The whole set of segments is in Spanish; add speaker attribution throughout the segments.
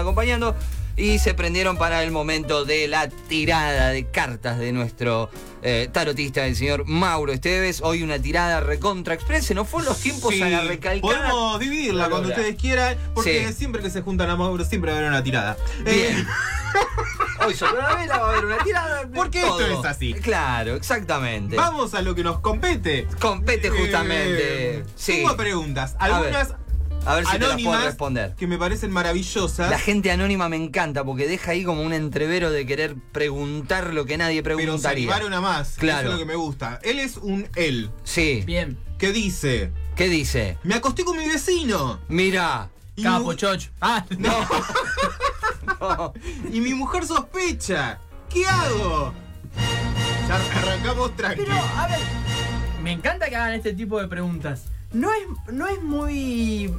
Speaker 1: acompañando y se prendieron para el momento de la tirada de cartas de nuestro eh, tarotista, el señor Mauro Esteves. Hoy una tirada recontra express, se nos fueron los tiempos
Speaker 2: Sí,
Speaker 1: a la recalcada.
Speaker 2: Podemos dividirla
Speaker 1: Claro,
Speaker 2: cuando
Speaker 1: claro.
Speaker 2: ustedes quieran, porque
Speaker 1: Sí.
Speaker 2: siempre que se juntan a Mauro siempre va a haber una tirada.
Speaker 1: Bien.
Speaker 2: Eh,
Speaker 1: Hoy sobre la vela va a haber una tirada. de
Speaker 2: Porque esto
Speaker 1: todo.
Speaker 2: es así.
Speaker 1: Claro, exactamente.
Speaker 2: vamos a lo que nos compete.
Speaker 1: Compete justamente.
Speaker 2: Eh,
Speaker 1: sí.
Speaker 2: Tengo preguntas,
Speaker 1: A ver,
Speaker 2: algunas
Speaker 1: A ver si te las puedo
Speaker 2: anónimas ¿Ah?
Speaker 1: responder.
Speaker 2: que me parecen maravillosas.
Speaker 1: La gente anónima me encanta porque deja ahí como un entrevero de querer preguntar lo que nadie
Speaker 2: pero se
Speaker 1: preguntaría.
Speaker 2: animaron a más.
Speaker 1: Claro.
Speaker 2: Eso es lo que me gusta. Él es un él
Speaker 1: Sí.
Speaker 3: Bien.
Speaker 2: que dice:
Speaker 1: ¿Qué dice?
Speaker 2: Me acosté con mi vecino.
Speaker 1: Mira.
Speaker 2: Y
Speaker 3: Capo,
Speaker 2: mu-
Speaker 3: chocho. Ah,
Speaker 2: No. y mi mujer sospecha. ¿Qué hago? Ya arrancamos tranqui.
Speaker 3: Pero, a ver, me encanta que hagan este tipo de preguntas. No es, no es muy.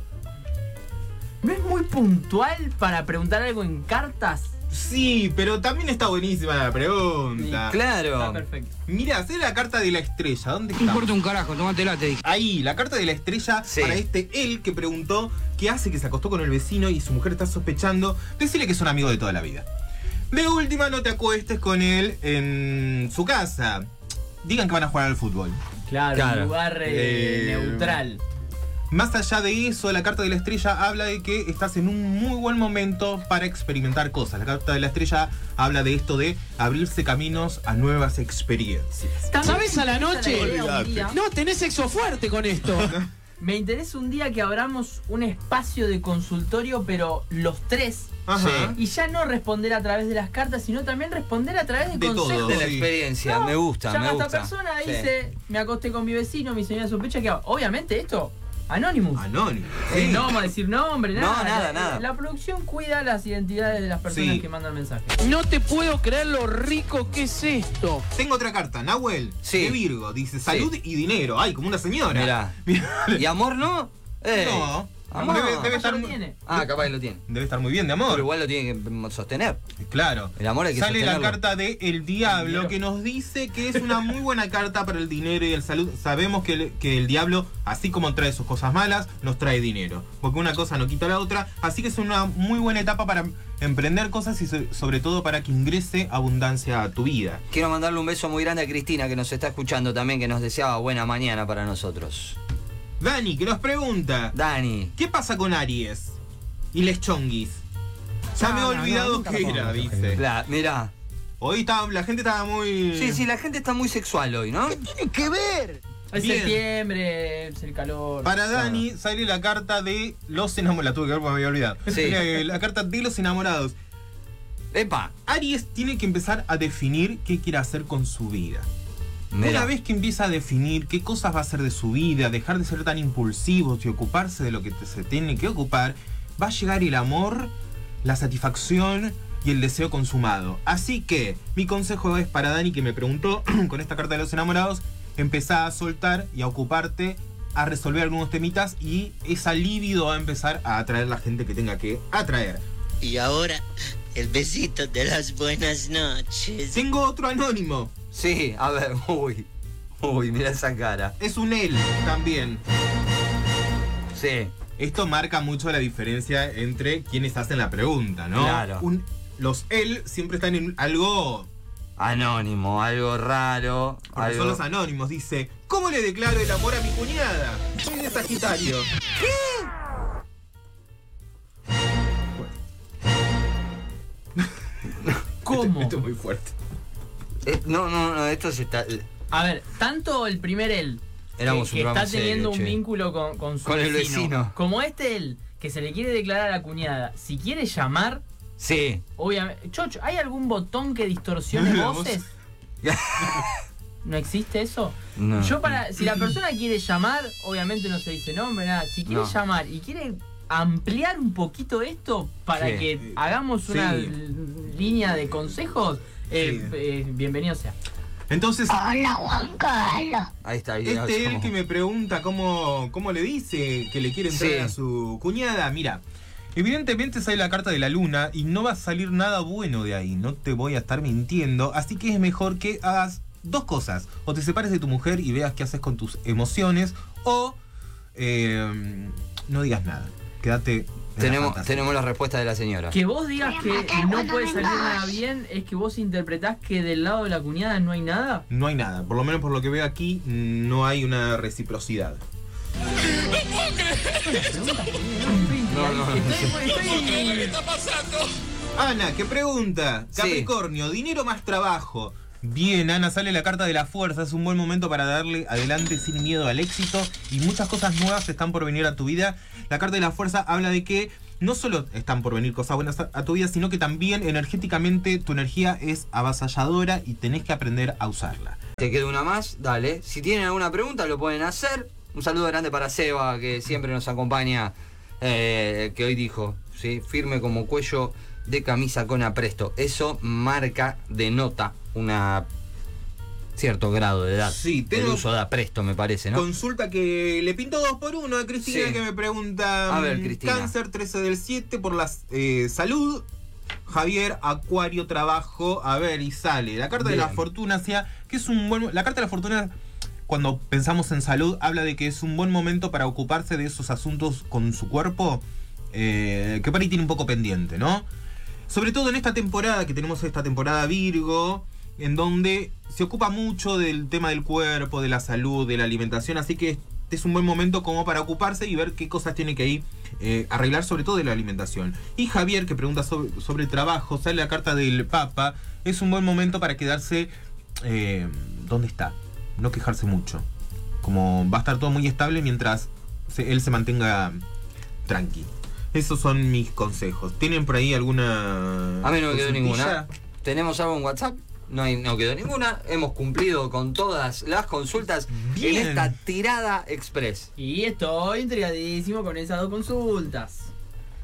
Speaker 3: No es muy puntual para preguntar algo en cartas.
Speaker 2: Sí, pero también está buenísima la pregunta.
Speaker 3: Está
Speaker 1: Claro.
Speaker 3: perfecto.
Speaker 2: Mira, hacer la carta de la estrella. ¿Dónde
Speaker 4: No
Speaker 2: está?
Speaker 4: importa un carajo, tomátela, te dije.
Speaker 2: Ahí, la carta de la estrella
Speaker 1: Sí.
Speaker 2: para este él que preguntó qué hace que se acostó con el vecino y su mujer está sospechando. Decirle que es un amigo de toda la vida. De última, no te acuestes con él en su casa. Digan que van a jugar al fútbol.
Speaker 3: Claro,
Speaker 1: Claro.
Speaker 3: un lugar eh,
Speaker 2: Eh,
Speaker 3: neutral.
Speaker 2: Más allá de eso, la carta de la estrella habla de que estás en un muy buen momento para experimentar cosas. La carta de la estrella habla de esto de abrirse caminos a nuevas experiencias.
Speaker 3: También
Speaker 4: ¿Sabes a
Speaker 3: me
Speaker 4: la
Speaker 3: interesa
Speaker 4: noche?
Speaker 3: idea un día-
Speaker 4: No, tenés sexo fuerte con esto.
Speaker 3: Me interesa un día que abramos un espacio de consultorio, pero los tres.
Speaker 2: Ajá.
Speaker 3: Y ya no responder a través de las cartas, sino también responder a través de,
Speaker 2: De todo.
Speaker 3: consejos.
Speaker 1: De la
Speaker 2: Sí.
Speaker 1: experiencia,
Speaker 3: No,
Speaker 1: me gusta,
Speaker 3: llama
Speaker 1: me
Speaker 3: a
Speaker 1: gusta.
Speaker 3: esta persona
Speaker 1: Sí.
Speaker 3: dice, me acosté con mi vecino, mi señora sospecha que hago. Obviamente esto, Anonymous.
Speaker 2: Anónimo.
Speaker 3: Eh, no vamos a decir nombre,
Speaker 1: No,
Speaker 3: nada.
Speaker 1: nada,
Speaker 3: la,
Speaker 1: nada.
Speaker 3: La producción cuida las identidades de las personas
Speaker 2: Sí.
Speaker 3: que mandan mensajes.
Speaker 4: No te puedo creer lo rico que es esto.
Speaker 2: Tengo otra carta, Nahuel,
Speaker 1: Sí.
Speaker 2: de Virgo. Dice salud
Speaker 1: Sí.
Speaker 2: y dinero. Ay, como una señora.
Speaker 1: Mirá.
Speaker 2: Mirá.
Speaker 1: ¿Y amor no? Eh,
Speaker 2: No.
Speaker 1: Amor.
Speaker 2: Debe- debe-
Speaker 3: Capaz ya
Speaker 2: estar
Speaker 3: lo
Speaker 2: muy-
Speaker 3: tiene.
Speaker 1: Ah, capaz que lo tiene.
Speaker 2: Debe estar muy bien de amor.
Speaker 1: Pero igual lo tiene que sostener.
Speaker 2: Claro.
Speaker 1: El amor hay que
Speaker 2: Sale la
Speaker 1: sostenerlo.
Speaker 2: carta de El Diablo que nos dice que es una muy buena carta para el dinero y el salud. Sabemos que el, que el diablo, así como trae sus cosas malas, nos trae dinero. Porque una cosa no quita la otra. Así que es una muy buena etapa para emprender cosas y so- sobre todo para que ingrese abundancia a tu vida.
Speaker 1: Quiero mandarle un beso muy grande a Cristina que nos está escuchando también, que nos deseaba buena mañana para nosotros.
Speaker 2: Dani, que nos pregunta,
Speaker 1: Dani.
Speaker 2: ¿qué pasa con Aries y les chonguis? Ya me he
Speaker 4: No, no, no,
Speaker 2: olvidado
Speaker 4: nunca
Speaker 2: que
Speaker 4: lo
Speaker 2: era,
Speaker 4: conozco,
Speaker 2: dice.
Speaker 1: La, mirá.
Speaker 2: Hoy estaba- la gente estaba muy...
Speaker 1: Sí, sí, la gente está muy sexual hoy, ¿no?
Speaker 4: Tiene que ver.
Speaker 3: Es
Speaker 2: Bien.
Speaker 3: septiembre, es el calor.
Speaker 2: Para Dani sale la carta de los enamorados. La tuve que ver porque me había olvidado.
Speaker 1: Sí.
Speaker 2: Eh, La carta de los enamorados.
Speaker 1: Epa.
Speaker 2: Aries tiene que empezar a definir qué quiere hacer con su vida.
Speaker 1: Mirá.
Speaker 2: Una vez que empieza a definir qué cosas va a hacer de su vida, dejar de ser tan impulsivos y ocuparse de lo que te- se tiene que ocupar, va a llegar el amor, la satisfacción y el deseo consumado. Así que mi consejo es para Dani que me preguntó con esta carta de los enamorados, empezá a soltar y a ocuparte a resolver algunos temitas y esa libido va a empezar a atraer la gente que tenga que atraer.
Speaker 5: Y ahora, el besito de las buenas noches.
Speaker 2: Tengo otro anónimo,
Speaker 1: Sí, a ver, uy. Uy, mira esa cara.
Speaker 2: es un él también.
Speaker 1: Sí.
Speaker 2: Esto marca mucho la diferencia entre quienes hacen la pregunta, ¿no?
Speaker 1: Claro.
Speaker 2: Un- los él siempre están en algo.
Speaker 1: Anónimo, algo raro.
Speaker 2: Porque
Speaker 1: Algo...
Speaker 2: son los anónimos. Dice: ¿Cómo le declaro el amor a mi cuñada? Soy de Sagitario. este,
Speaker 3: ¿Cómo?
Speaker 2: Esto es muy fuerte.
Speaker 1: Eh, no, no, no, esto se está. eh,
Speaker 3: A ver, tanto el primer él,
Speaker 1: Éramos
Speaker 3: que,
Speaker 1: un
Speaker 3: que
Speaker 1: programa
Speaker 3: está teniendo
Speaker 1: serio,
Speaker 3: un
Speaker 1: che.
Speaker 3: vínculo con, con su
Speaker 1: Con el vecino.
Speaker 3: Como este él, que se le quiere declarar a la cuñada. Si quiere llamar,
Speaker 1: Sí.
Speaker 3: obviamente. Chocho, ¿hay algún botón que distorsione
Speaker 2: La voz.
Speaker 3: voces? ¿No existe eso?
Speaker 1: No.
Speaker 3: Yo para, si la persona quiere llamar, obviamente no se dice nombre, nada. Si quiere
Speaker 1: No.
Speaker 3: llamar y quiere ampliar un poquito esto para
Speaker 1: Sí.
Speaker 3: que hagamos una
Speaker 2: Sí.
Speaker 3: l- línea de consejos, eh,
Speaker 2: Sí.
Speaker 3: eh, bienvenido sea.
Speaker 2: Entonces,
Speaker 1: Ahí está, ahí
Speaker 2: este
Speaker 1: como-
Speaker 2: él que me pregunta cómo, cómo le dice que le quiere entrar
Speaker 1: Sí.
Speaker 2: a su cuñada. Mira. Evidentemente sale la carta de la luna y no va a salir nada bueno de ahí, no te voy a estar mintiendo, así que es mejor que hagas dos cosas, o te separes de tu mujer y veas qué haces em, con tus emociones, o eh, no digas nada, quédate Era
Speaker 1: Tenemos,
Speaker 2: fantástico.
Speaker 1: tenemos la respuesta de la señora.
Speaker 3: Que vos digas
Speaker 6: Voy a
Speaker 3: que
Speaker 6: marcar
Speaker 3: no
Speaker 6: cuando
Speaker 3: puede salir
Speaker 6: venga.
Speaker 3: nada bien es que vos interpretás que del lado de la cuñada no hay nada.
Speaker 2: No hay nada, por lo menos por lo que veo aquí, no hay una reciprocidad.
Speaker 1: No, no, no.
Speaker 3: Estoy- estoy-
Speaker 2: Ana, ¿qué pregunta?
Speaker 1: Sí.
Speaker 2: Capricornio, dinero más trabajo. Bien, Ana, sale la carta de la fuerza. Es un buen momento para darle adelante sin miedo al éxito. Y muchas cosas nuevas están por venir a tu vida. La carta de la fuerza habla de que no solo están por venir cosas buenas a a tu vida, sino que también energéticamente tu energía es avasalladora y tenés que aprender a usarla.
Speaker 1: Te queda una más, dale. Si tienen alguna pregunta, lo pueden hacer. Un saludo grande para Seba, que siempre nos acompaña, eh, que hoy dijo, ¿sí? firme como cuello de camisa con apresto. Eso marca, denota una cierto grado de edad.
Speaker 2: Sí,
Speaker 1: El
Speaker 2: tengo-
Speaker 1: uso de apresto, me parece, ¿no?
Speaker 2: Consulta que le pinto dos por uno a Cristina
Speaker 1: Sí.
Speaker 2: que me pregunta
Speaker 1: A ver,
Speaker 2: mm,
Speaker 1: Cristina.
Speaker 2: cáncer 13 del 7 por la eh, salud. Javier, Acuario, trabajo. A ver, y sale. La carta de la
Speaker 1: Bien.
Speaker 2: fortuna sea que es un buen. La carta de la fortuna, cuando pensamos en salud, habla de que es un buen momento para ocuparse de esos asuntos con su cuerpo. eh, que para ahí tiene un poco pendiente, ¿no? Sobre todo en esta temporada que tenemos esta temporada Virgo, en donde se ocupa mucho del tema del cuerpo, de la salud, de la alimentación, así que este es un buen momento como para ocuparse y ver qué cosas tiene que ahí eh, arreglar, sobre todo de la alimentación. Y Javier, que pregunta sobre, sobre el trabajo, sale la carta del Papa, es un buen momento para quedarse eh, donde está, no quejarse mucho. Como va a estar todo muy estable mientras se- él se mantenga tranqui. Esos son mis consejos. ¿Tienen por ahí alguna...
Speaker 1: A mí no me quedó
Speaker 2: consultilla?
Speaker 1: ninguna. ¿Tenemos algo en WhatsApp? No, hay- no quedó ninguna. Hemos cumplido con todas las consultas
Speaker 2: Bien.
Speaker 1: en esta tirada express.
Speaker 3: Y estoy intrigadísimo con esas dos consultas.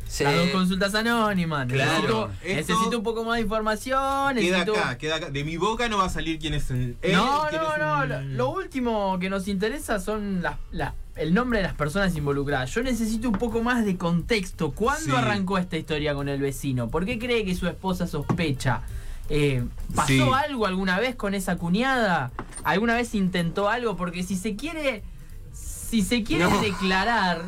Speaker 1: Se-
Speaker 3: Las dos consultas anónimas.
Speaker 1: Claro.
Speaker 3: Necesito,
Speaker 2: Esto-
Speaker 3: necesito un poco más de información.
Speaker 2: Queda
Speaker 3: necesito-
Speaker 2: acá, queda acá. De mi boca no va a salir quién es un... él,
Speaker 3: No,
Speaker 2: quién
Speaker 3: no,
Speaker 2: es
Speaker 3: no.
Speaker 2: un-
Speaker 3: Lo, lo último que nos interesa son las, las- el nombre de las personas involucradas. Yo necesito un poco más de contexto. ¿Cuándo
Speaker 2: Sí.
Speaker 3: arrancó esta historia con el vecino? ¿Por qué cree que su esposa sospecha? Eh, ¿Pasó
Speaker 2: Sí.
Speaker 3: algo alguna vez con esa cuñada? ¿Alguna vez intentó algo? Porque si se quiere. Si se quiere
Speaker 1: No.
Speaker 3: declarar.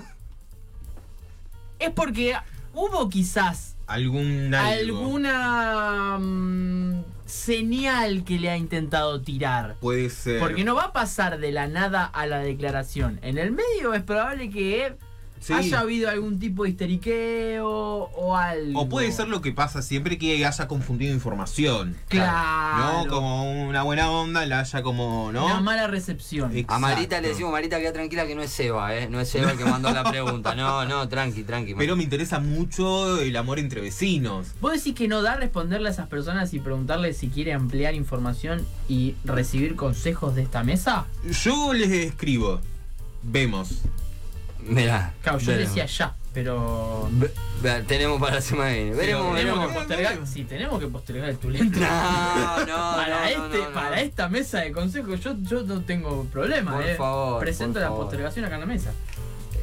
Speaker 3: Es porque hubo quizás
Speaker 2: Algún... algo.
Speaker 3: alguna mm, señal que le ha intentado tirar.
Speaker 2: Puede ser.
Speaker 3: Porque no va a pasar de la nada a la declaración. En el medio es probable que
Speaker 2: Sí.
Speaker 3: haya habido algún tipo de histeriqueo o algo.
Speaker 2: O puede ser lo que pasa siempre que haya confundido información.
Speaker 3: Claro.
Speaker 2: No, como una buena onda la haya como, ¿no?
Speaker 3: Una mala recepción.
Speaker 2: Exacto.
Speaker 1: A Marita le decimos, Marita, queda tranquila que no es Seba, ¿eh? No es Seba el que mandó la pregunta. No, no, tranqui, tranqui.
Speaker 2: Pero me interesa mucho el amor entre vecinos.
Speaker 3: ¿Vos decís que no da responderle a esas personas y preguntarles si quiere ampliar información y recibir consejos de esta mesa?
Speaker 2: Yo les escribo. Vemos.
Speaker 1: Mirá.
Speaker 3: Claro, yo
Speaker 1: veremos.
Speaker 3: decía ya, pero.
Speaker 1: Ve- ve- tenemos para la semana que viene. Veremos,
Speaker 3: Pero tenemos
Speaker 1: veremos.
Speaker 3: que postergar. Si tenemos que postergar el tulento.
Speaker 1: No, no,
Speaker 3: para
Speaker 1: no, no,
Speaker 3: este,
Speaker 1: no.
Speaker 3: para esta mesa de consejos, yo, yo no tengo problema.
Speaker 1: Por
Speaker 3: eh.
Speaker 1: favor,
Speaker 3: Presento
Speaker 1: por
Speaker 3: la
Speaker 1: favor.
Speaker 3: postergación acá en la mesa.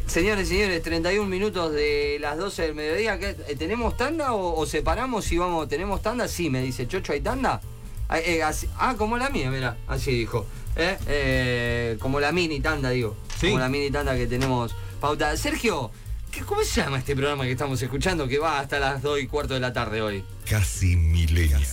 Speaker 1: Señores, señores, 31 minutos de las 12 del mediodía. ¿Qué- eh, ¿Tenemos tanda o, o separamos y vamos? ¿Tenemos tanda? Sí, me dice Chocho, ¿hay tanda? Ah, eh, así- ah, como la mía, mira, así dijo. Eh, eh, como la mini tanda, digo.
Speaker 2: Sí.
Speaker 1: Como la mini tanda que tenemos pauta. Sergio, ¿qué- ¿cómo se llama este programa que estamos escuchando que va hasta las 2 y cuarto de la tarde hoy?
Speaker 7: Casi milenial.